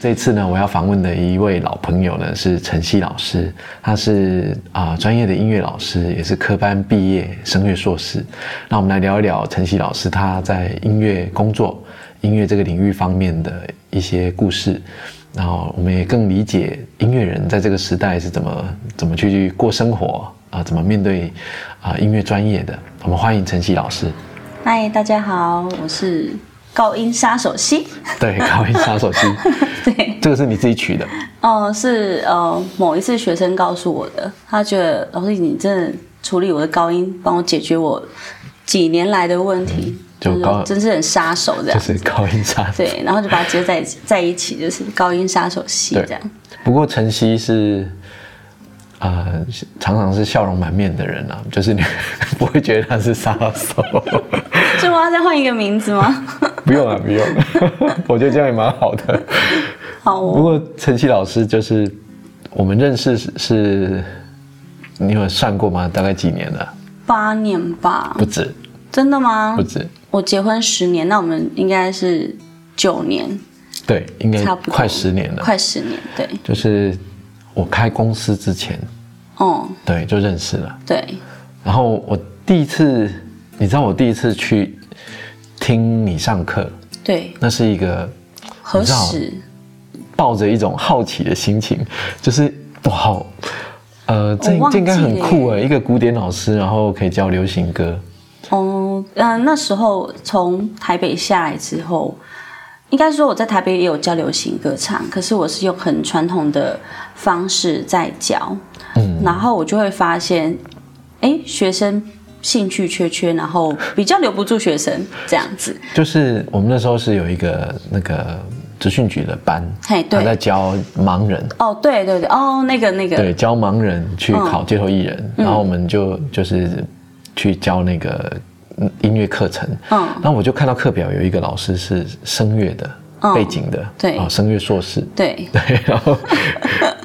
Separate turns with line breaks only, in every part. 这次呢，我要访问的一位老朋友呢是陈曦老师，他是啊、专业的音乐老师，也是科班毕业，声乐硕士。那我们来聊一聊陈曦老师他在音乐工作、音乐这个领域方面的一些故事，然后我们也更理解音乐人在这个时代是怎么怎么去过生活啊、怎么面对啊、音乐专业的。我们欢迎陈曦老师。
嗨，大家好，我是高音杀手西。
对，高音杀手机，
对，
这个是你自己取的。
哦，是呃，某一次学生告诉我的，他觉得老师你真的处理我的高音，帮我解决我几年来的问题，
就
就是
高
真是很杀手这
就
样。
是高音杀手。
对，然后就把它结合在一起在一起，就是高音杀手戏
对
这样。
不过晨曦是，呃，常常是笑容满面的人啊，就是你 不会觉得他是杀 手。
所以我要再换一个名字 吗？
不用啊了，不用了，我觉得这样也蛮好的。
好
不
哦，
过晨曦老师就是我们认识是是，你有算过吗？大概几年了？
八年吧
不，止，
真的吗
不？止，
我结婚十年，那我们应该是九年，
对，应该
差不多
呃快十年了。
快十年，对，
就是我开公司之前，
哦、
对，就认识了。
对，
然后我第一次，你知道我第一次去听你上课，
对，
那是一个
何
你知道
时？
抱着一种好奇的心情，就是哇，好，呃，这
我忘
这
记
应该很
了
酷哎，一个古典老师，然后可以教流行歌，
哦，嗯、那时候从台北下来之后，应该说我在台北也有教流行歌唱，可是我是用很传统的方式在教，嗯，然后我就会发现，哎，学生兴趣缺缺，然后比较留不住学生这样子，
就是我们那时候是有一个那个职训局的班，
嘿，
他在
对，
教盲人。
哦，对对对，哦，那个那个，
对，教盲人去
嗯
考街头艺人，然后我们就就是去教那个嗯音乐课程。
嗯
然后我就看到课表有一个老师是声乐的、
嗯
背景的，
对
啊，声乐硕士。
对，
对，然 后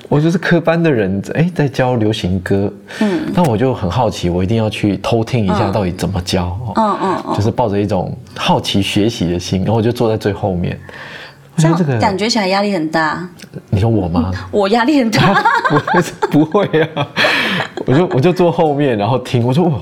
我就是科班的人，哎，在教流行歌，嗯，那我就很好奇，我一定要去偷听一下到底怎么教，哦
嗯嗯嗯，
就是抱着一种好奇学习的心，然后我就坐在最后面。我
这
想这
样感
个，
觉起来压力很大，
你说我吗？
我压力 很大，
不会啊，我就我就坐后面，然后听，我说哇，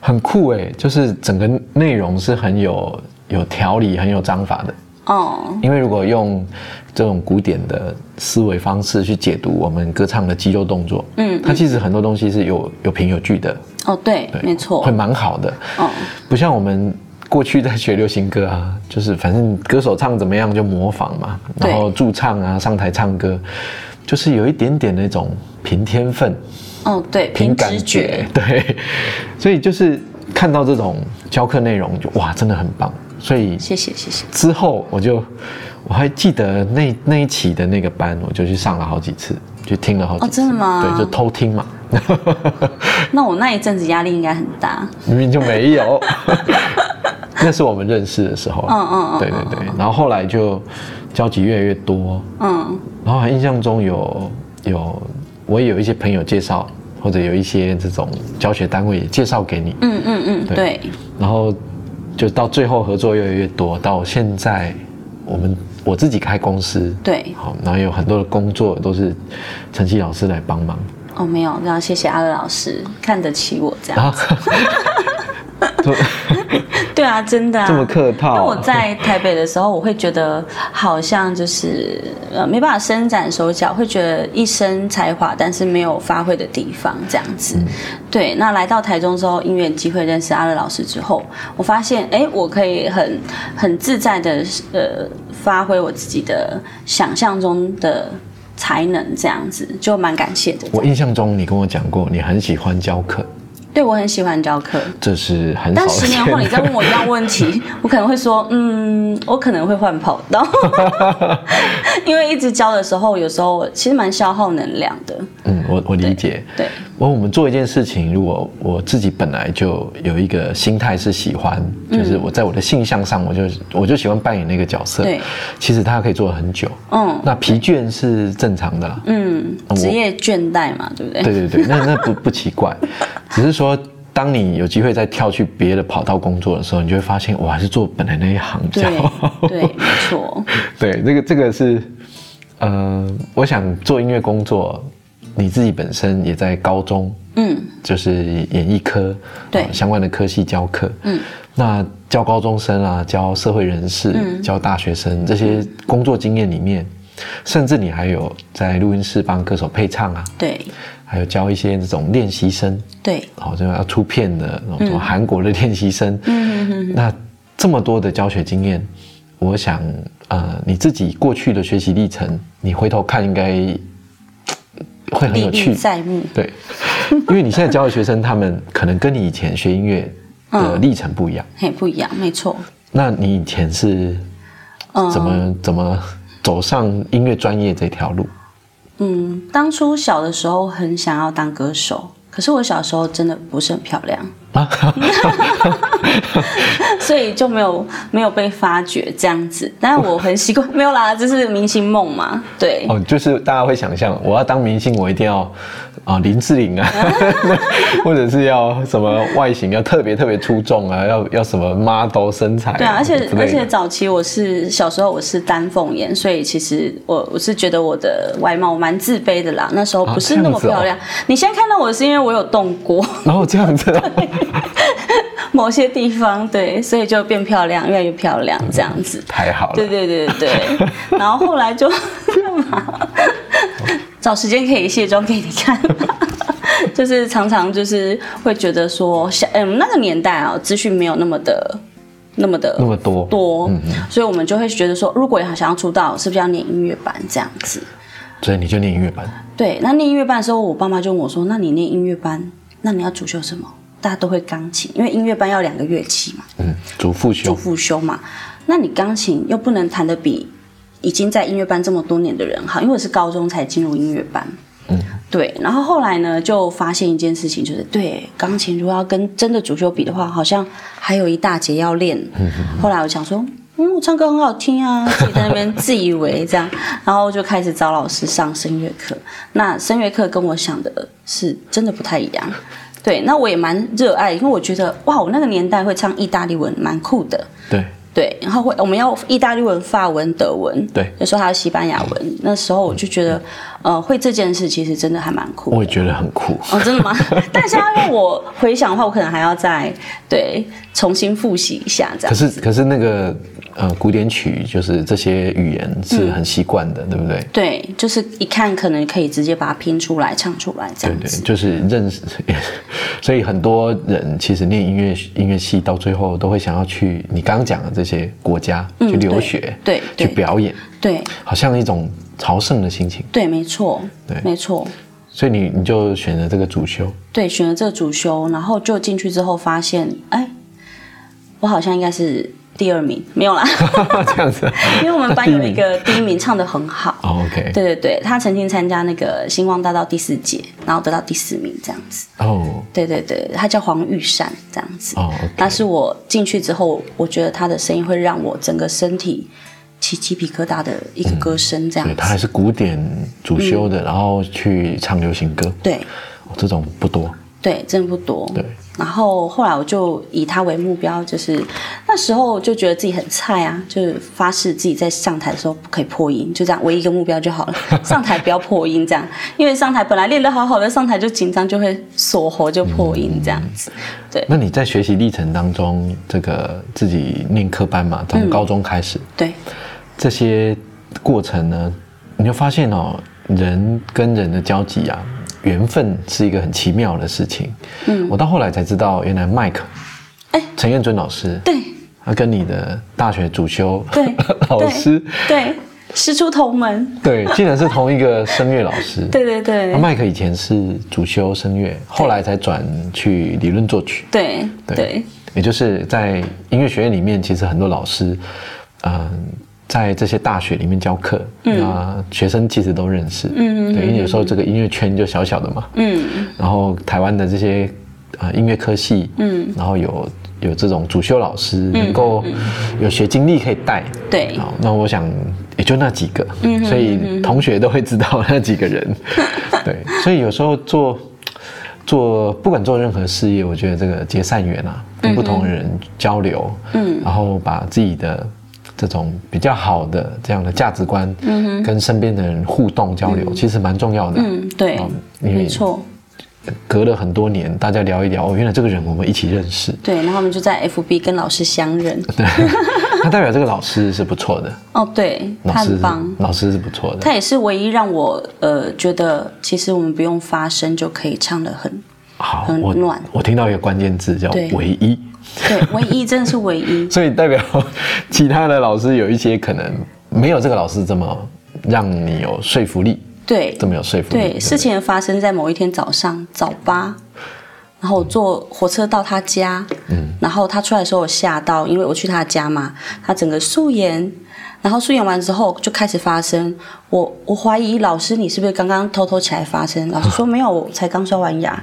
很酷哎，就是整个内容是很有有条理、很有章法的。
哦，
因为如果用这种古典的思维方式去解读我们歌唱的肌肉动作，
嗯
它其实很多东西是有有凭有据的，
哦，对，
对，
没错
会，蛮好的，
哦，
不像我们。过去在学流行歌啊， 就是反正歌手唱怎么样就模仿嘛，
对
然后驻唱啊，上台唱歌，就是有一点点那种凭天分，
哦，对，凭直 觉，，
对，所以就是看到这种教课内容，就哇，真的很棒。所以
谢谢谢谢。
之后我就我还记得那那一期的那个班，我就去上了好几次，就听了好几次，
哦真的吗
对，就偷听嘛，
那我那一阵子压力应该很大。
明明就没有。 那是我们认识的时候，啊
嗯嗯嗯
对对对。然后后来就交集越来越多，
嗯，
然后还印象中有有，我也有一些朋友介绍，或者有一些这种教学单位也介绍给你，
嗯嗯嗯，
对
对，
然后就到最后合作越来越多，到现在我们我自己开公司，
对，
好，然后有很多的工作都是晨曦老师来帮忙，
哦，没有，然后谢谢阿乐老师看得起我这样。
然后就
对啊，真的、啊。
这么客套
那我在台北的时候，我会觉得好像就是呃没办法伸展手脚，会觉得一身才华，但是没有发挥的地方这样子。对，那来到台中之后，因缘机会认识阿乐老师之后，我发现哎，诶我可以很很自在的呃发挥我自己的想象中的才能，这样子就蛮感谢的。
我印象中你跟我讲过，你很喜欢教课，
对我很喜欢教课。
这是很少
但十年后你
见
再
的。
问我一样问题，我可能会说，嗯，我可能会换跑 道，因为一直教的时候，有时候我其实蛮消耗能量的。
嗯，我我理解。
对，
我我们做一件事情，如果我自己本来就有一个心态是喜欢，
嗯
就是我在我的性向上，我就我就喜欢扮演那个角色。
对，
其实它可以做很久。
嗯
那疲倦是正常的啦。
嗯，
哦我
职业倦怠嘛，对不对？
对对对，那那不不奇怪，只是说，当你有机会再跳去别的跑道工作的时候，你就会发 现，我还是做本来那一行比较
对
好。
对，没错，
对，这个这个是呃，我想做音乐工作，你自己本身也在高中，
嗯，
就是演艺科
对
呃相关的科系教课，
嗯，
那教高中生啊，教社会人士，
嗯
教大学生这些工作经验里面，甚至你还有在录音室帮歌手配唱啊，
对
还有教一些这种练习生，
对，
好、这就要出片的那种什么韩国的练习生，
嗯
那这么多的教学经验，我想，呃，你自己过去的学习历程，你回头看应该嘖会很
历
有
历
趣，
在目，
对，因为你现在教的学生，他们可能跟你以前学音乐的历程不一 样。
嘿，不一样，没错。
那你以前是
嗯
怎么、怎么走上音乐专业这条路？
嗯，当初小的时候很想要当歌手，可是我小时候真的不是很漂亮，
啊
所以就没有没有被发掘这样子。但我很习惯，没有啦，这是明星梦嘛，对。
哦，就是大家会想象，我要当明星，我一定要啊、林志玲 啊，或者是要什么外形要特别特别出众啊，要要什么 model 身材、
对啊，而且
之类的
而且早期我是小时候我是丹凤眼，所以其实我我是觉得我的外貌蛮自卑的啦。那时候不是那么
啊这样子哦
漂亮，你现在看到我是因为我有动过
然后这样子、
某些地方，对，所以就变漂亮，越来越漂亮这样 子。
太好
对
了，
对对对 对，然后后来就 干嘛？找时间可以卸妆给你看。 就是常常就是会觉得说，像嗯那个年代啊，资讯没有那么的那么的
那么嗯多
多，所以我们就会觉得说，如果想要出道，是不是要念音乐班这样子？
所以你就念音乐班，
对，那念音乐班的时候，我爸妈就问我说：“那你念音乐班，那你要主修什么？”大家都会钢琴，因为音乐班要两个乐器嘛，
嗯，主副
主
修，
副修嘛。那你钢琴又不能弹得比已经在音乐班这么多年的人好，因为我是高中才进入音乐班。
嗯，
对，然后后来呢，就发现一件事情，就是对钢琴如果要跟真的主修比的话，好像还有一大截要练。后来我想说，嗯，我唱歌很好听啊，自己在那边自以为这样，然后就开始找老师上声乐课。那声乐课跟我想的是真的不太一样。对，那我也蛮热爱，因为我觉得哇，我那个年代会唱意大利文蛮酷的。
对，
对，然后会我们要意大利文、法文、德文，
对
有时候还有西班牙文。那时候我就觉得，呃，会这件事其实真的还蛮酷的。
我也觉得很酷，
哦，真的吗？ 但现在要我回想的话，我可能还要再对重新复习一下这
可
样。
是可是那个呃古典曲就是这些语言是很习惯的，对不对？
对，就是一看可能可以直接把它拼出来、唱出来这
对
样
对，
子。
就是认识， 所以很多人其实念音乐音乐系到最后都会想要去你刚刚讲的这些国家、去留学，
嗯对对
去表演，
对
好像一种朝圣的心情。
对，没错
对，
没错。
所以你你就选择这个主修，
对，选了这个主修，然后就进去之后发现，哎，我好像应该是第二名，没有啦，
这样子。
因为我们 班
那第一
有一
名
个第一名唱的很好。
哦，OK，
对对对，他曾经参加那个星光大道第四届，然后得到第四名这样子。
哦
对对对，他叫黄玉善这样子。
哦
但
，OK，
是我进去之后，我觉得他的声音会让我整个身体起鸡皮疙瘩的一个歌声这样
嗯对
子。
他还是古典主修的，然后去唱流行歌，
对
哦这种不多，
对，真的不多。
对。
然后后来我就以他为目标，就是那时候就觉得自己很菜啊，就是发誓自己在上台的时候不可以破音，就这样，唯一一个目标 就好了，上台不要破音这样，因为上台本来练得好好的，上台就紧张就会锁喉就破音这样
嗯
子。对
那你在学习历程当中，这个自己念科班嘛，
嗯
从高中开始，
对
这些过程呢，你就发现哦，人跟人的交集啊，缘分是一个很奇妙的事情。嗯，我到后来才知道，原来麦克，
哎
陈彦尊老师，
对
他跟你的大学主修
对
老师，
对，师出同门。
对，竟然是同一个声乐老师。
对对对
那。麦克以前是主修声乐，后来才转去理论作曲。
对
对
对
也就是在音乐学院里面，其实很多老师，嗯、在这些大学里面教课，那学生其实都认识，嗯，对，因为有时候这个音乐圈就小小的嘛，
嗯，
然后台湾的这些啊、呃音乐科系，嗯，然后有有这种主修老师能够有学经历可以带，
对
好，那我想也就那几个，所以同学都会知道那几个人，对，所以有时候做做不管做任何事业，我觉得这个结善缘啊，跟不同的人交流，嗯，然后把自己的。这种比较好的这样的价值观，跟身边的人互动交流，其实蛮重要的。
嗯，对
哦，因为
没错，
隔了很多年，大家聊一聊，哦，原来这个人我们一起认识，
对。然后我们就在 FB 跟老师相认。
对，那代表这个老师是不错的，
哦，对，
老
他
师
很
是
棒。
老师是不错的
他也是唯一让我呃觉得，其实我们不用发声就可以唱得很
好，
很
我
暖
我听到一个关键字叫
对
唯一，。
对，唯一真的是唯一
所以代表 其他的老师有一些可能没有这个老师这么让你有说服力，
对
这么有说服力。
对，
不
事情发生在某一天早上早八，然后我坐火车到他家，嗯，然后他出来的时候我吓到，因为我去他家嘛，他整个素颜，然后素颜完之后就开始发生，我我怀疑老师你是不是刚刚偷偷起来发声？老师说没有，我才刚刷完 牙，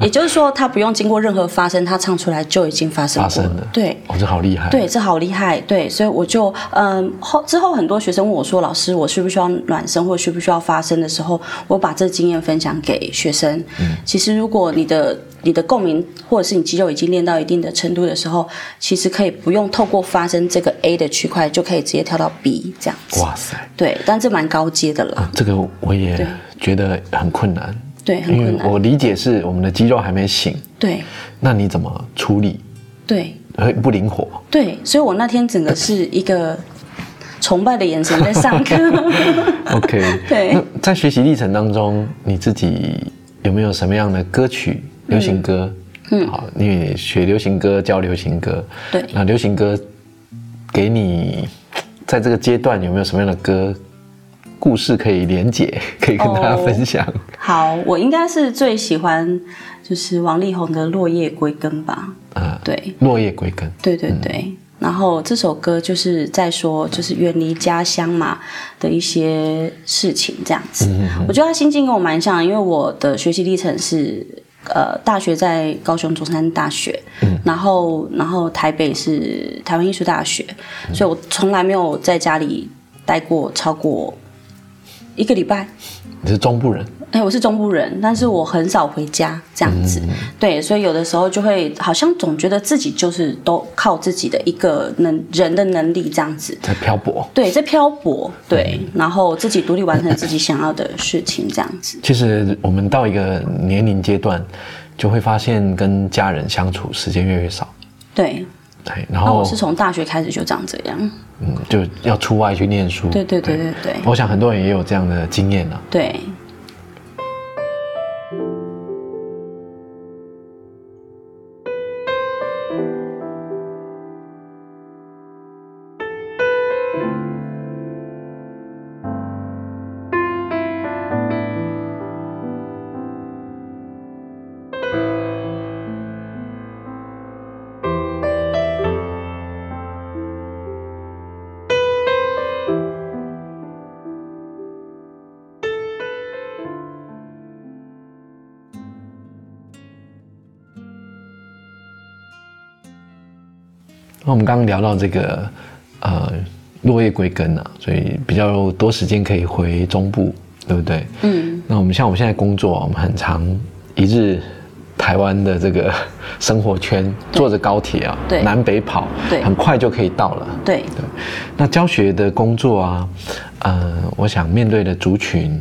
也就是说他不用经过任何发声，他唱出来就已经发生
发
过
生了
对。
哦，这好厉害。
对，这好厉害。对，所以我就嗯后之后很多学生问我说，老师，我需不需要暖身或需不需要发声的时候，我把这经验分享给学生。
嗯
其实如果你的你的共鸣或者是你肌肉已经练到一定的程度的时候，其实可以不用透过发声这个 A 的区块，就可以直接跳到 B 这样子。
哇塞，
对，但这蛮高阶的啦。
这个我也觉得很困难，
对，很
因
困
为
难。
我理解是我们的肌肉还没醒，
对
那你怎么处理
对
会不灵活？
对，所以我那天整个是一个崇拜的眼神在上课。
OK，
对
那在学习历程当中，你自己有没有什么样的歌曲、流行歌？嗯，好，因为你学流行歌教流行歌，
对
那流行歌给你在这个阶段有没有什么样的歌故事可以连结， 可以跟大家
哦
分享？
好，我应该是最喜欢就是王力宏的《落叶归根》吧。
啊，
哦对，
落叶归根，
对对对。然后这首歌就是在说，就是远离家乡嘛的一些事情这样子。我觉得他心境跟我蛮像的，因为我的学习历程是。呃，大学在高雄中山大学，然后然后台北是台湾艺术大学，所以我从来没有在家里待过超过一个礼拜，
你是中部人，
哎、我是中部人，但是我很少回家这样子，对，所以有的时候就会好像总觉得自己就是都靠自己的一个能人的能力这样子，
在漂泊。
对，在漂泊，对，然后自己独立完成自己想要的事情这样子，
其实我们到一个年龄阶段，就会发现跟家人相处时间越来越少。
对。
对，然
那
后
我是从大学开始就长这样，
嗯，就要出外去念书。哎
对对对对对
我想很多人也有这样的经验啊。
对，
那我们刚刚聊到这个，呃，落叶归根啊，所以比较多时间可以回中部，对不对？
嗯，
那我们像我们现在工作，我们很常一日台湾的这个生活圈，坐着高铁啊，
对
南北跑，
对
很快就可以到了。
对，
对，那教学的工作啊，呃，我想面对的族群，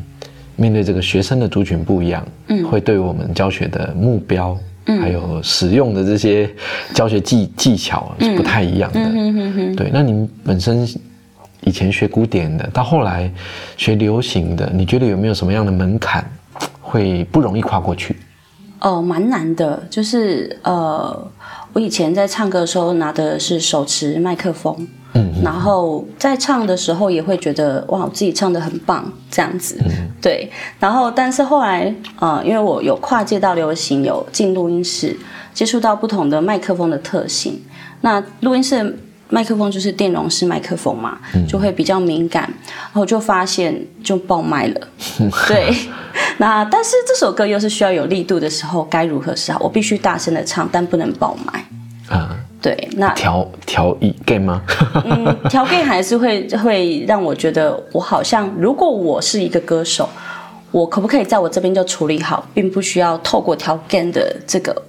面对这个学生的族群不一样，嗯，会对我们教学的目标，嗯，还有使用的这些教学技技巧啊是不太一样的，
嗯哼哼，
对。那您本身以前学古典的，到后来学流行的，你觉得有没有什么样的门槛会不容易跨过去？
哦，蛮难的，就是呃，我以前在唱歌的时候拿的是手持麦克风，
嗯，
然后在唱的时候也会觉得哇，我自己唱的很棒这样子，
嗯
对。然后但是后来呃，因为我有跨界到流行，有进录音室，接触到不同的麦克风的特性。那录音室的麦克风就是电容式麦克风嘛，
嗯
就会比较敏感，然后就发现就爆麦 了，对。那但是这首歌又是需要有力度的时候，该如何是好？我必须大声的唱，但不能爆麦。
啊、
对，那
调调一 game 吗？
嗯，调 gay 还是会会让我觉得，我好像如果我是一个歌手，我可不可以在我这边就处理好，并不需要透过调 gay 的这个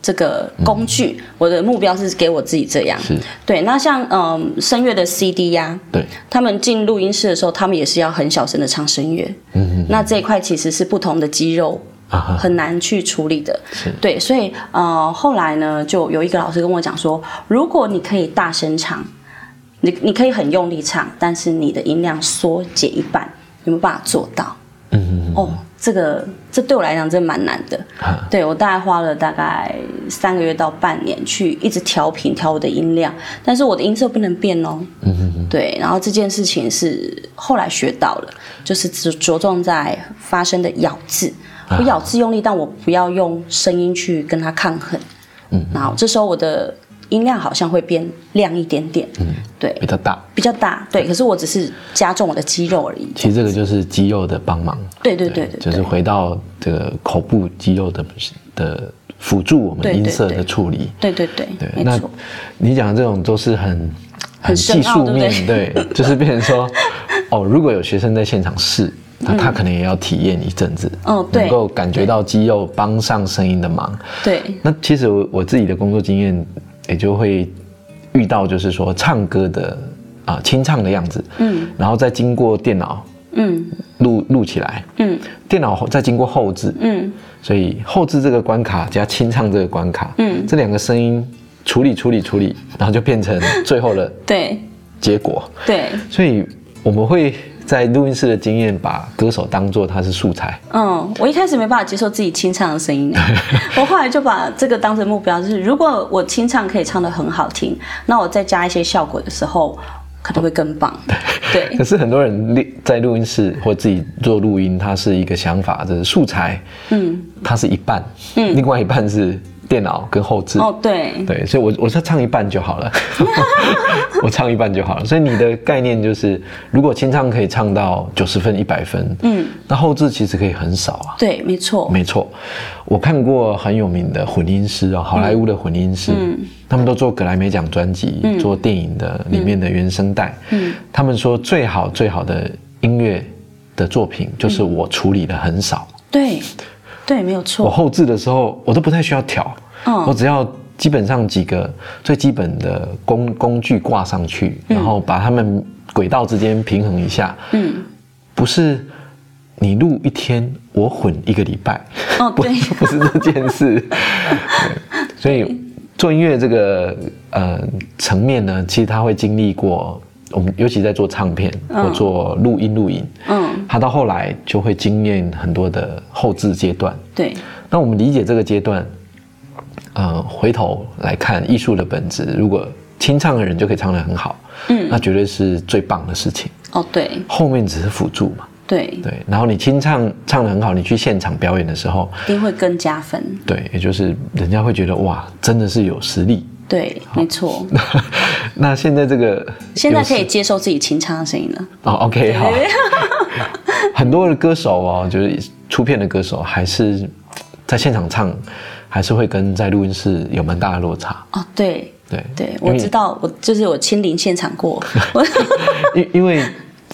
这个工具，我的目标是给我自己这样。
是
对，那像嗯声乐的 CD 呀、
对，
他们进录音室的时候，他们也是要很小声的唱声乐。嗯那这一块其实是不同的肌肉。
啊哈
很难去处理的
是，
对，所以呃，后来呢，就有一个老师跟我讲说，如果你可以大声唱，你你可以很用力唱，但是你的音量缩减一半，有没有办法做到？
嗯，
哦，这个这对我来讲真的蛮难的。
啊
对我大概花了大概三个月到半年去一直调频调我的音量，但是我的音色不能变哦。
嗯嗯嗯，
对，然后这件事情是后来学到了，就是只着重在发声的咬字，
啊
我咬字用力，但我不要用声音去跟它抗衡。嗯，然后这时候我的音量好像会变亮一点点。嗯，对
比，较大。
比较大，对，可是我只是加重我的肌肉而已。
其实这个就是肌肉的帮忙，
对对对对
就是
对
回到这个口部肌肉的的辅助我们
对对
音色
对
的处理。
对对对，
对，
没
那
错。
你讲的这种都是很很技
深奥
术
对不
面
对，
对，就是变成说，哦，如果有学生在现场试，那他可能也要体验一阵子，
嗯对
能够感觉到肌肉帮上声音的忙。
对，
那其实我我自己的工作经验也就会遇到，就是说唱歌的啊、清唱的样子，
嗯
然后再经过电脑
嗯
录录起来，
嗯
电脑后再经过后置，
嗯
所以后置这个关卡加清唱这个关卡，
嗯
这两个声音处理处理处理，然后就变成最后的
对
结果。
对，
所以我们会在录音室的经验，把歌手当做他是素材，
嗯，我一开始没办法接受自己清唱的 声音欸，我后来就把这个当成目标，就是如果我清唱可以唱得很好听，那我再加一些效果的时候，可能会更 棒。对
可是很多人录在录音室或自己做录音，他是一个想法，就是素材，
嗯，
它是一半，嗯，另外一半是电脑跟后置。
哦对，
对，所以我我再唱一半就好了， 我唱一半就好了。所以你的概念就是，如果清唱可以唱到九十分、一百分，
嗯，
那后置其实可以很少啊。
对，没错，
没错，我看过很有名的混音师啊、好莱坞的混音师，
嗯
他们都做格莱美奖专辑，做电影的里面的原声带。
嗯
他们说最好最好的音乐的作品，就是
嗯
我处理的很少，
对对，没有
我
错，
后置的时候我都不太需要调，我
嗯
只要基本上几个最基本的工工具挂上去，然后把它们轨道之间平衡一下，
嗯，
不是你录一天，我混一个礼拜，
哦
不
对
不是这件事。 对所以做音乐这个呃层面呢，其实他会经历过，我们尤其在做唱片嗯或做录音录影，
嗯，
他到后来就会经验很多的后置阶段。
对，
那我们理解这个阶段，呃，回头来看艺术的本质，如果清唱的人就可以唱得很好，
嗯
那绝对是最棒的事情。
哦对
后面只是辅助嘛。
对，
对，然后你清唱唱得很好，你去现场表演的时候，
一定会更加分，
对，也就是人家会觉得哇，真的是有实力。
对，没错，
那现在这个
现在可
有
以
实
接受自己清唱的声音了，
哦，OK，好。 很多的歌手哦，就是出片的歌手，还是在现场唱，还是会跟在录音室有蛮大的落差。
哦对。
对，
对，
因
我
为
知道，我就是我亲临现场 过，我
因因为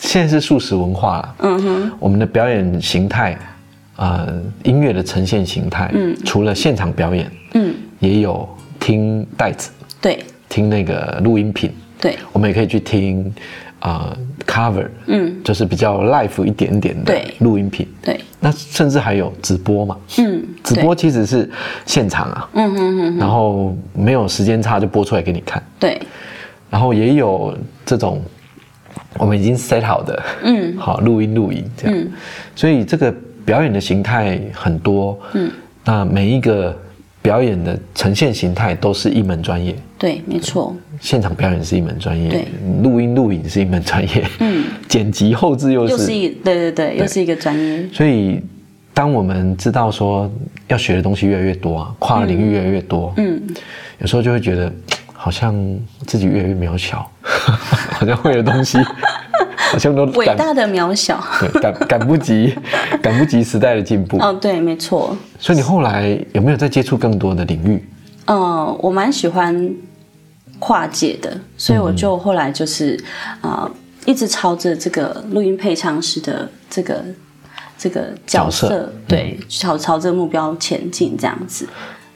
现在是素食文化啦，
嗯哼，
我们的表演形态，呃，音乐的呈现形态，嗯，除了现场表演，
嗯，
也有听带子。
对
听那个录音品，
对，
我们也可以去听啊、呃 cover，
嗯
就是比较 live 一点点的
对
录音品。
对，
那甚至还有直播嘛，
嗯，
直播其实是现场啊，
对，嗯哼哼，
然后没有时间差就播出来给你看，
对，
然后也有这种我们已经 set 好的，
嗯
好录音录影这样，
嗯
所以这个表演的形态很多，嗯，那每一个表演的呈现形态都是一门专业，
对，没错，
现场表演是一门专业
对，
录音录影是一门专业，
嗯，
剪辑后置又
又
是，
是一，对对对，又是一个专业，
所以当我们知道说要学的东西越来越多啊，跨的领域越来越多，
嗯，
有时候就会觉得嘖好像自己越来越渺 小，好像会的东西好像都
伟
赶
大的渺小，
对赶赶不及，赶不及时代的进步。
哦，对，没错，
所以你后来有没有再接触更多的领域？
嗯，我蛮喜欢跨界的，所以
嗯
我就后来就是啊、呃一直朝着这个录音配唱师的这个这个角色，
角色嗯
对，朝朝这个目标前进这样子。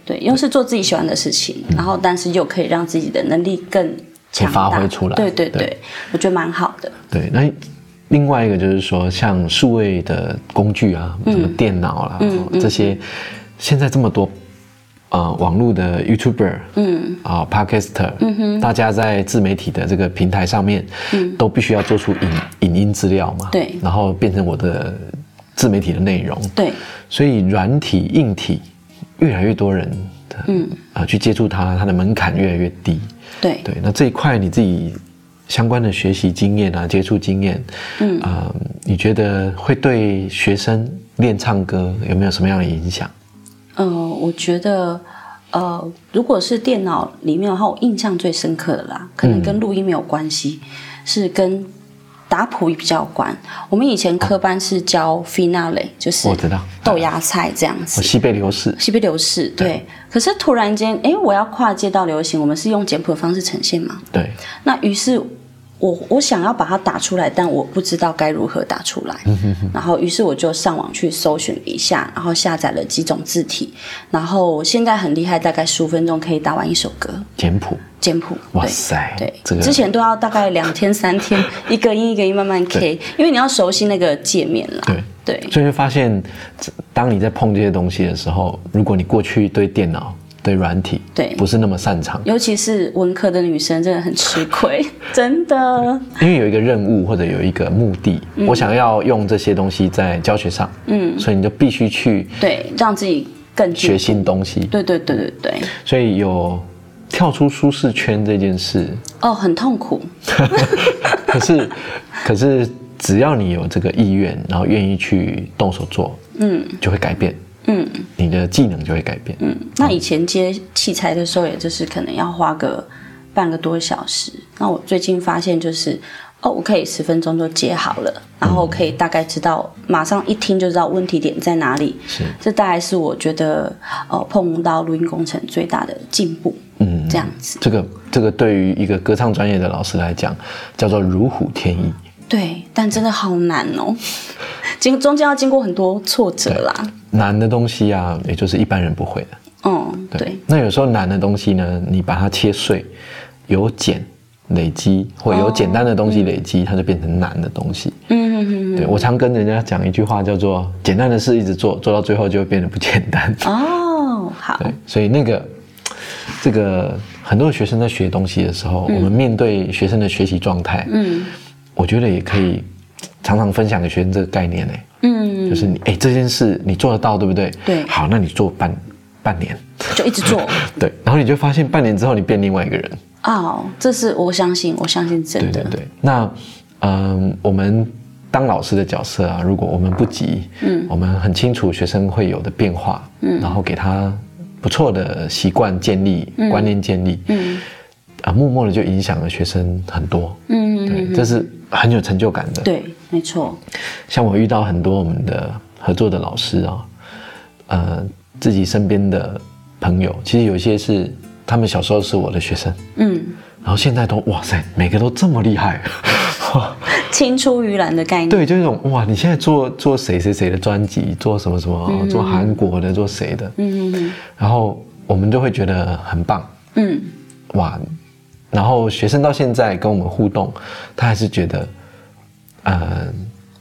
对，又是做自己喜欢的事情，然后但是又可以让自己的能力更强大，
嗯发挥出来
对对
对
对，我觉得蛮好的。
对，那另外一个就是说，像数位的工具啊，什么电脑啦、
嗯
哦这些，现在这么多呃网络的 YouTuber，
嗯，
啊、p o d c a s t e r 大家在自媒体的这个平台上面，都必须要做出影影音资料嘛，
嗯对
然后变成我的自媒体的内容，
对，
所以软体、硬体越来越多人，嗯啊、去接触它，它的门槛越来越低，
对，
对，那这一块你自己相关的学习经验啊、接触经验，嗯啊、你觉得会对学生练唱歌有没有什么样的影响？
呃，我觉得，呃，如果是电脑里面的话，我印象最深刻的啦，可能
嗯
跟录音没有关系，是跟打谱比较有关。我们以前科班是教 finale，就是
我知道
豆芽菜这样
我
子。
西北流逝，
西北流逝，对。可是突然间，哎，我要跨界到流行，我们是用简谱的方式呈现嘛？
对，
那于是我我想要把它打出来，但我不知道该如何打出来。
嗯
然后于是我就上网去搜寻了一下，然后下载了几种字体，然后现在很厉害，大概十五分钟可以打完一首歌
简谱，
简谱。
哇
对
塞，
对，
这个
之前都要大概两天三 天，一个音一个音慢慢 K，因为你要熟悉那个界面啦。
对
对
所以会发现，这当你在碰这些东西的时候，如果你过去对电脑、对软体，
对
不是那么擅长，
尤其是文科的女生真的很吃亏， 真的。
因为有一个任务或者有一个目的，
嗯
我想要用这些东西在教学上，嗯，所以你就必须去
对，让自己更进
学新东西，
对对对对对，
所以有跳出舒适圈这件事，
哦，很痛苦。
可是，可是只要你有这个意愿，然后愿意去动手做，嗯，就会改变，
嗯，
你的技能就会改变，
嗯，那以前接器材的时候，也就是可能要花个半个多小时。那我最近发现就是，哦，我可以十分钟就接好了，然后可以大概知道，马上一听就知道问题点在哪里。
是
这大概是我觉得，呃，碰到录音工程最大的进步。嗯，这样子。
这个这个对于一个歌唱专业的老师来讲，叫做如虎添翼。
对，但真的好难哦，经中间要经过很多挫折啦。
难的东西啊，也就是一般人不会的。
嗯，对。
那有时候难的东西呢，你把它切碎，由简累积，或由简单的东西累积，它就变成难的东西。
嗯嗯嗯嗯。
对我常跟人家讲一句话，叫做“简单的事一直做，做到最后就会变得不简单”。
哦，好。
对，所以那个这个很多学生在学东西的时候，我们面对学生的学习状态，
嗯
我觉得也可以常常分享给学生这个概念呢、欸
嗯，
就是你哎、这件事你做得到，对不对？
对
好，那你做半半年，
就一直做。
对，然后你就发现半年之后你变另外一个人，
哦，这是我相信，我相信真
对
的。
对对。那嗯、我们当老师的角色啊，如果我们不急，嗯，我们很清楚学生会有的变化，嗯，然后给他不错的习惯建立、观念建立，嗯，啊，默默的就影响了学生很多，
嗯，
对，这是很有成就感的，
对，没错。
像我遇到很多我们的合作的老师啊，呃，自己身边的朋友，其实有一些是他们小时候是我的学生，
嗯，
然后现在都哇塞，每个都这么厉害，
青出于蓝的概念。
对，就是那种哇，你现在做做谁谁谁的专辑，做什么什么，做韩国的，做谁的，
嗯嗯
然后我们就会觉得很棒，
嗯
哇，然后学生到现在跟我们互动，他还是觉得，呃，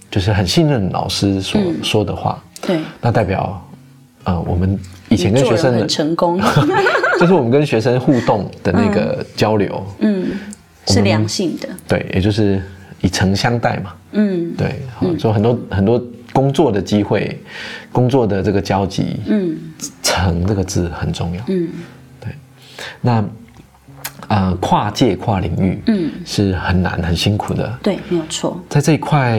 就是很信任老师所说的话。
嗯，对。
那代表，呃，我们以前跟学
做人
生的
很，成功，
就是我们跟学生互动的那个交流，
嗯，是良性的。
对，也就是以诚相待嘛，
嗯
对，好，所以很多很多工作的机会，工作的这个交集，
嗯
诚这个字很重要。
嗯
那，呃，跨界跨领域，
嗯，
是很难很辛苦的，
对，没有错。
在这一块，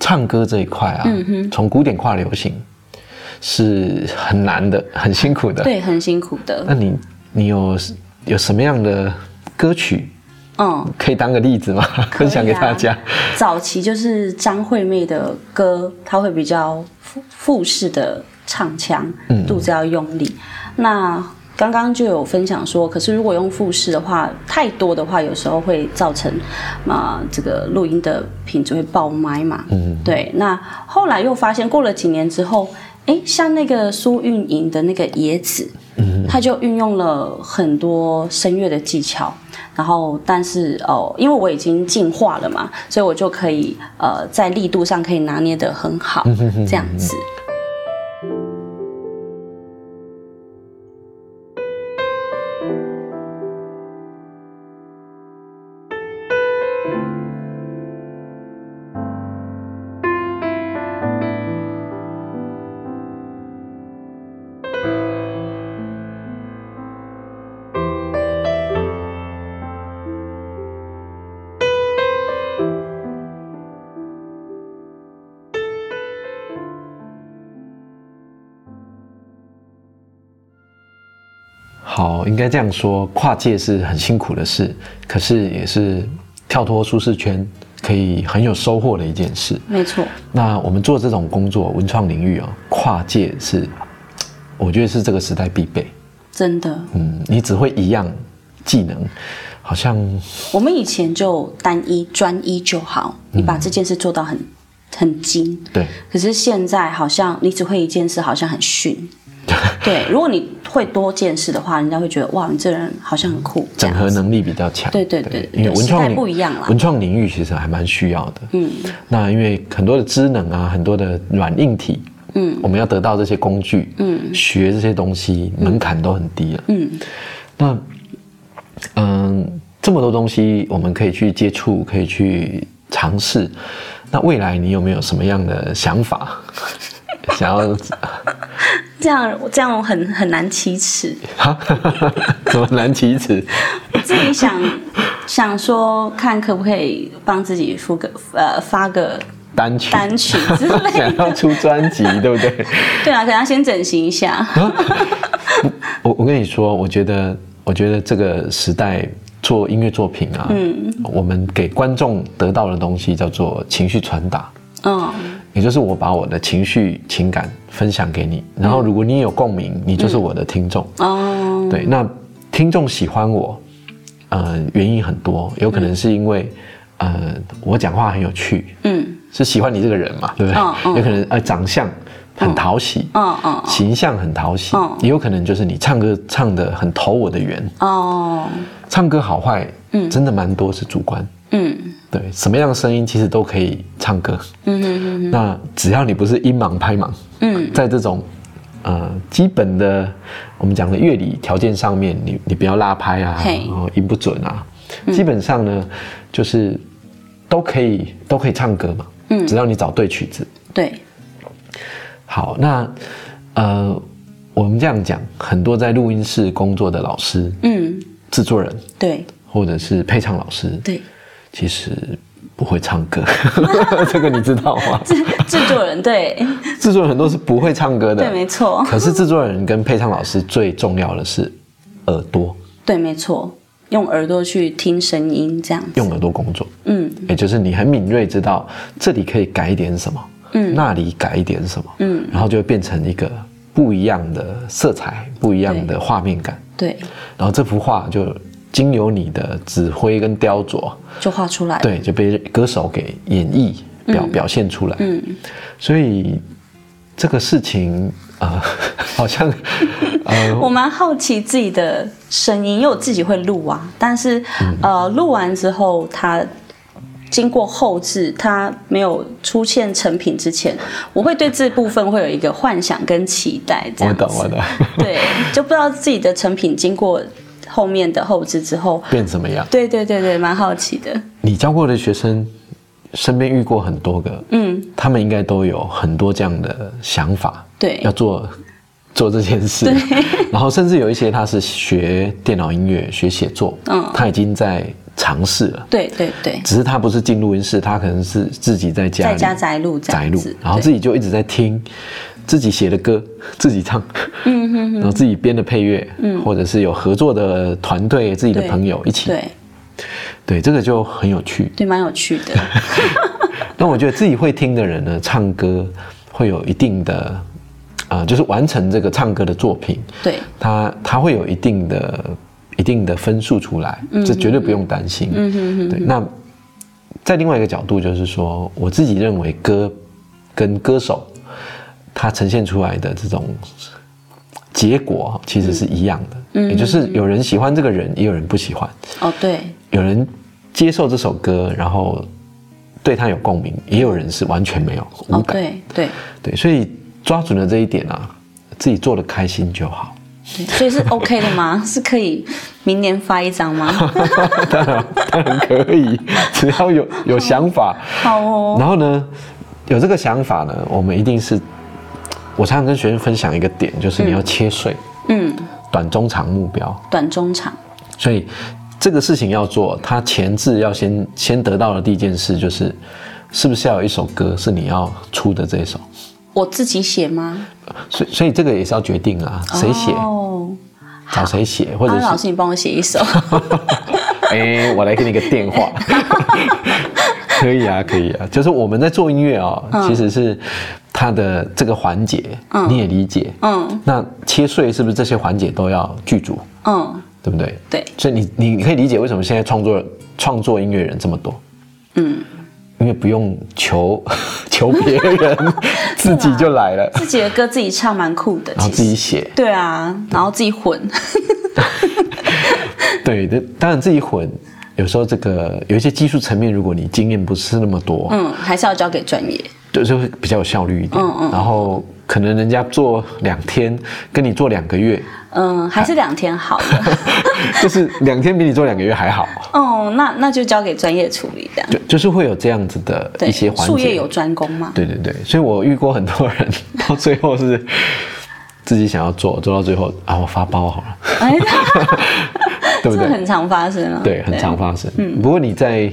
唱歌这一块啊，
嗯
从古典跨流行是很难的，很辛苦的，
对，很辛苦
那
的。
你你有有什么样的歌曲
嗯，
可以当个例子吗？
啊
分享给大家。
早期就是张惠妹的歌，她会比较复复式的唱腔，肚子要用力。那刚刚就有分享说，可是如果用复式的话，太多的话，有时候会造成啊、这个录音的品质会爆麦嘛。嗯，对。那后来又发现，过了几年之后，哎，像那个苏运莹的那个野子，
嗯
他就运用了很多声乐的技巧，然后但是哦，因为我已经进化了嘛，所以我就可以呃在力度上可以拿捏得很好，
嗯
这样子。
好，应该这样说，跨界是很辛苦的事，可是也是跳脱舒适圈可以很有收获的一件事。
没错，
那我们做这种工作，文创领域哦，跨界是，我觉得是这个时代必备。
真的，
嗯，你只会一样技能，好像
我们以前就单一专一就好，你把这件事做到很很精，
对，
可是现在好像你只会一件事，好像 很逊。对，如果你会多件事的话，人家会觉得哇，你这人好像很酷，这
整
样
合能力比较强。
对对对对
因为文
时
创
代
领
不一样啦
文创领域其实还蛮需要的。
嗯，
那因为很多的职能啊，很多的软硬体，
嗯，
我们要得到这些工具，
嗯，
学这些东西门槛都很低了。
嗯，
那嗯，这么多东西我们可以去接触，可以去尝试。那未来你有没有什么样的想法？ 想要
这样这样我很很难启齿。
啊？怎么难启齿？
自己想 想说，看可不可以帮自己出个呃发个
单曲，
单曲之类
想要
的。
出专辑，对不对？
对啊，可能要先整形一下。
我我跟你说，我觉得，我觉得这个时代做音乐作品啊，嗯，我们给观众得到的东西叫做情绪传达，
嗯，
也就是我把我的情绪、情感分享给你，然后如果你有共鸣，你就是我的听众。
哦，
对，那听众喜欢我，呃，原因很多，有可能是因为，呃，我讲话很有趣，
嗯，
是喜欢你这个人嘛，对不对？
嗯嗯
有可能呃，长相很讨喜，
嗯嗯，
形象很讨喜，
嗯
也有可能就是你唱歌唱的很投我的缘，
哦，
唱歌好坏，真的蛮多是主观。
嗯
对，什么样的声音其实都可以唱歌。
嗯嗯嗯
那只要你不是音盲拍盲，
嗯，
在这种呃基本的我们讲的乐理条件上面，你你不要拉拍啊，
嘿嗯
然后音不准啊，基本上呢就是都可以都可以唱歌嘛。
嗯
只要你找对曲子。
对，
好，那呃我们这样讲，很多在录音室工作的老师、
嗯
制作人
对
或者是配唱老师，
对，
其实不会唱歌， 这个你知道吗？
制作 人对
制作人很多是不会唱歌
对，没
的，
错，
可是制作人跟配唱老师最重要的是耳朵，
对没错，用耳朵去听声音这样子。
用耳朵工作，
嗯
也就是你很敏锐知道这里可以改一点什么，嗯，那里改一点什么，
嗯，
然后就会变成一个不一样的色彩，不一样的画面感，
对，
然后这幅画就经由你的指挥跟雕琢，
就画出来。，
对，就被歌手给演绎表表现出来，
嗯，
所以这个事情啊、呃 好像呃，
我蛮好奇自己的声音，因为我自己会录啊，但是、
嗯
呃，录完之后它。经过后置，它没有出现成品之前，我会对这部分会有一个幻想跟期待，这
我
样子。
懂我懂，
对，就不知道自己的成品经过后面的后置之后，
变怎么样？
对对对对，蛮好奇的。
你教过的学生身边遇过很多个，
嗯，
他们应该都有很多这样的想法，
对
要做做这件事。 然后甚至有一些他是学电脑音乐、学写作，
嗯
他已经在尝试了，
对对对，
只是他不是进录音室，他可能是自己在家
在
里
家宅录这
宅
样
录
子，，
然后自己就一直在听自己写的歌，自己唱，
嗯
然后自己编的配乐，或者是有合作的团队、自己的
对
朋友一起，
嗯对
对，这个就很有趣。
对，蛮有趣的。
那我觉得自己会听的人呢，唱歌会有一定的，呃，就是完成这个唱歌的作品，
对，
他他会有一定的一定的分数出来，这绝对不用担心。嗯对，那在另外一个角度就是说，我自己认为歌跟歌手。它呈现出来的这种结果其实是一样的，也就是有人喜欢这个人，也有人不喜欢，
哦，对，
有人接受这首歌，然后对他有共鸣，也有人是完全没有无
哦，
感。
对对
对，所以抓准了这一点啊，自己做的开心就好。
对，所以是 OK 的吗？是可以明年发一张吗？
当然，当然可以，只要有有想法，
好哦，
然后呢，有这个想法呢，我们一定是，我常常跟学生分享一个点，就是你要切碎
嗯，
短、中、长目标。
短中长，
所以这个事情要做，它前置要先先得到的第一件事就是，是不是要有一首歌是你要出的这一首？
我自己写吗？
所以所以这个也是要决定啊，谁写、
哦，
找谁写，或者
啊，
是
老师，你帮我写 一首。
哎、我来给你个电 话。可以啊，可以啊，就是我们在做音乐哦，其实是它的这个环节、你也理解，
嗯
那切碎是不是这些环节都要剧组，
嗯，
对不对？
对，
所以你你你可以理解为什么现在创作创作音乐人这么多，
嗯，
因为不用求 求别人，自己就来了，
自己的歌自己唱蛮酷的，
然后
其
自
实
己写。
对啊，然后自己混，
对，那当然自己混，有时候这个有一些技术层面，如果你经验不是那么多，
嗯，还是要交给专业。
对，就会比较有效率一点。
嗯嗯
然后可能人家做两天，跟你做两个 月，
嗯，还是两天好 了。
就是两天比你做两个月还好。
哦，那那就交给专业处理这样。
就就是会有这样子的
对，
一些环节。
术业有专攻嘛。
对对对，所以我遇过很多人到最后是自己想要做，做到最后啊，我发包好了，
哎，
对 不
这
对？
很常发生啊。
对，很常发生。
嗯
不过你在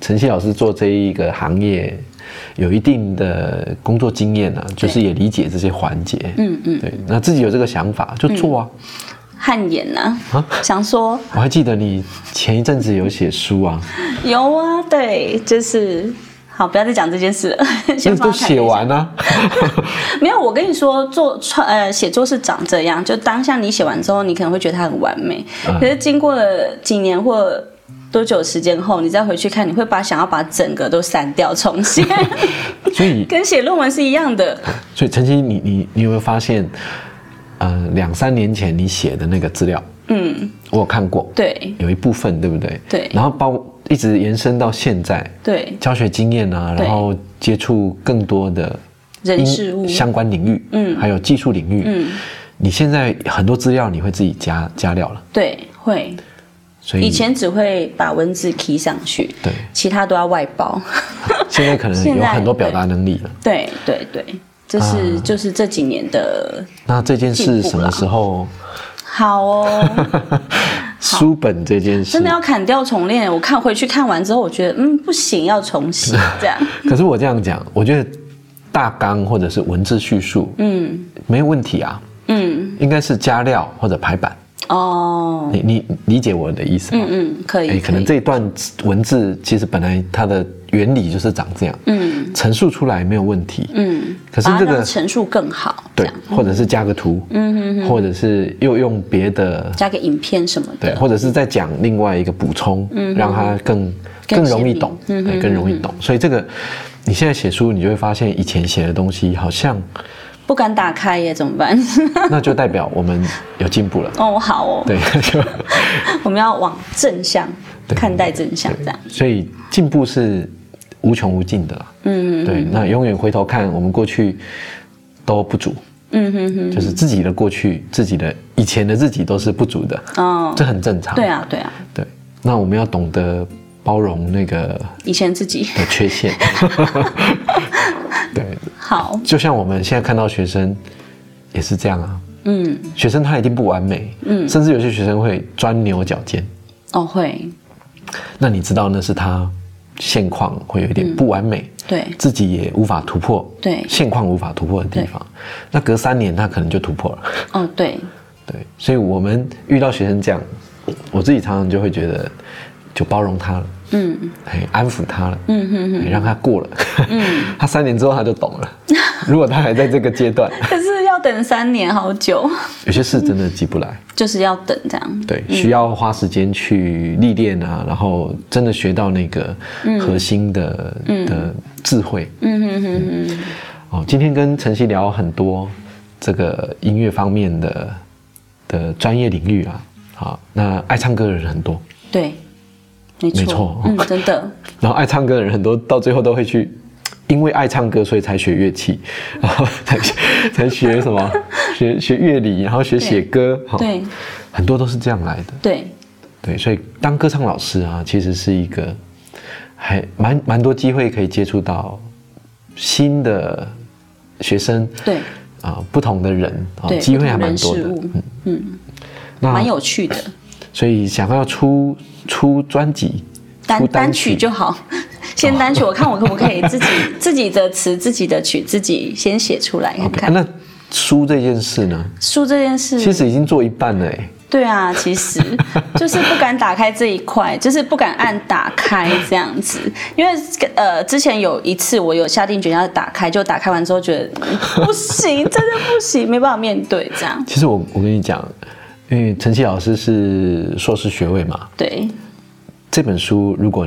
晨曦老师做这一个行业有一定的工作经验啊，就是也理解这些环节。
嗯嗯，
对，那自己有这个想法就做啊。
汗颜呐
啊，
想说
我还记得你前一阵子有写书啊，
有啊，对，就是好，不要再讲这件事了，
那
先
都
放到台面
写
上
完啊。
没有，我跟你说，做创呃写作是长这样，就当下你写完之后，你可能会觉得它很完美，
嗯
可是经过了几年或多久时间后，你再回去看，你会把想要把整个都删掉重 写，
所以
跟写论文是一样的。
所以，陈曦，你你你有没有发现，呃，两三年前你写的那个资料，
嗯，
我有看过，
对
有一部分，对不对？
对
然后包一直延伸到现在，
对，
教学经验啊，
对
然后接触更多的
人
因
事物，
相关领域，
嗯
还有技术领域，
嗯，
你现在很多资料你会自己加加料了，
对，会。
所以
以前只会把文字 key 上去，
对，
其他都要外包。
现在可能
现
有
在
很多表达能力了。
对对对，这是、
啊
就是这几年的
那这件事
进步了
什么时候？
好哦。
书本这件事
真的要砍掉重练。我看回去看完之后，我觉得嗯不行，要重写这样。
可是我这样讲，我觉得大纲或者是文字叙述，
嗯
没有问题啊，
嗯
应该是加料或者排版。
哦，
你你理解我的意思吗？
嗯嗯，可以，
哎、可能
以
这一段文字其实本来它的原理就是长这样，
嗯
陈述出来没有问题。
嗯，
可是
把它
这个
让陈述更好，这
对
样，
或者是加个图，嗯或者是又用别的，
加个影片什么
对，
的，
或者是再讲另外一个补充，让它更
嗯
更
更嗯
容易
鲜明
懂，对，更容易懂。所以这个你现在写书，你就会发现以前写的东西好像，
不敢打开耶，怎么办？
那就代表我们有进步了。
哦，好哦，
对， 就
我们要往正向看待正向这样。
所以进步是无穷无尽的啦。
嗯
对，那永远回头看我们过去都不足，
嗯哼哼，
就是自己的过去、自己的以前的自己都是不足的，
哦，
这很正常。
对啊对啊，
对，那我们要懂得包容那个
以前自己
的缺陷。 对，
好，
就像我们现在看到学生也是这样啊，
嗯，
学生他一定不完美，嗯，甚至有些学生会钻牛角尖。
哦会，
那你知道那是他现况会有一点不完美，
对
自己也无法突破，
对
现况无法突破的地方，那隔三年他可能就突破了，
哦对，
对，所以我们遇到学生这样，我自己常常就会觉得，就包容他了，
嗯
哎，安抚他了，
嗯哼嗯哼。
哎让他过了， 他三年之后他就 懂了，如果他还在这个阶段，
可是要等三年，好久，
有些事真的急不来，
就是要等这样。
对，需要花时间去历练啊，然后真
嗯
的学到那个核心的、的智慧。
嗯哼哼哼，
哦，今天跟晨曦聊很多这个音乐方面的的专业领域啊，好，那爱唱歌的人很多，
对，没错，
没错
嗯，真的，
然后爱唱歌的人很多，到最后都会去，因为爱唱歌所以才学乐器， 然后才学才学什 么，学学乐理，然后学写歌，好
对
很多都是这样来的。
对，
对，所以当歌唱老师啊，其实是一个还蛮蛮多机会可以接触到新的学生，
对
啊、不同的人啊、
对，
机
不
会还
同
蛮
人
多
事
的。啊
物，嗯，
那
蛮有趣的，
所以想要出出专辑、
单
出
单曲就好。 先单曲，我看我可不可以自己自己的词、自己的曲，自己先写出来看
OK，、啊
看。
那书这件事呢，
书这件事，
其实已经做一半了哎。
对啊，其实就是不敢打开这一块，就是不敢按打开这样子，因为呃，之前有一次我有下定决心要打开，就打开完之后觉得嗯不行，真的不行，没办法面对这样。
其实我我跟你讲，因为陈曦老师是硕士学位嘛，
对，
这本书如果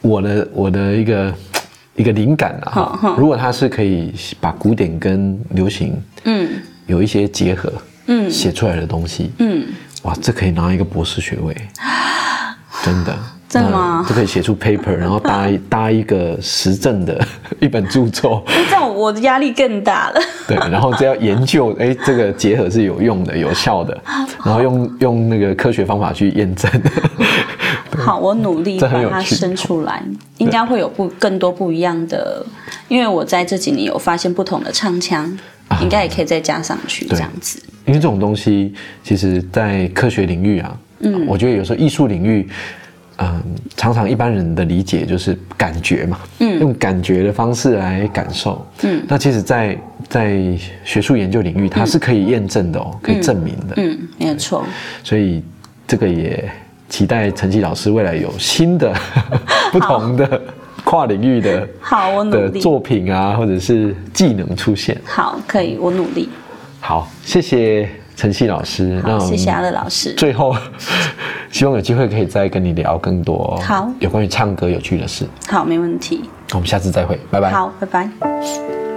我的我的一个一个灵感啊，
好
哈
好
如果它是可以把古典跟流行
嗯
有一些结合，
嗯
写出来的东西，
嗯，啊
哇，这可以拿一个博士学位，真的。
真的吗
那就可以写出 paper，然后搭一搭一个实证的 一本著作，
那这样我的压力更大了。
对，然后只要研究，哎，这个结合是有用的、有效的，然后用用那个科学方法去验证。
好，我努力
这
把
很有
它
趣
生出来，应该会有不更多不一样的，因为我在这几年有发现不同的唱腔，
啊
应该也可以再加上去这样子。
因为这种东西，其实，在科学领域啊，嗯，我觉得有时候艺术领域，嗯、常常一般人的理解就是感觉嘛，嗯，用感觉的方式来感受，嗯，那其实在，在学术研究领域，它是可以验证的哦，可以证明的，
嗯，没有错。
所以这个也期待陈曦老师未来有新 的不同的跨领域的
好，我努
的
力。
作品啊，或者是技能出现。
好，可以，我努力。
好，谢谢陈曦老师，那
好，
我们
谢谢阿乐老师。
最后，希望有机会可以再跟你聊更多
好
有关于唱歌有趣的事。
好，没问题。
我们下次再会，拜拜。
好，拜拜。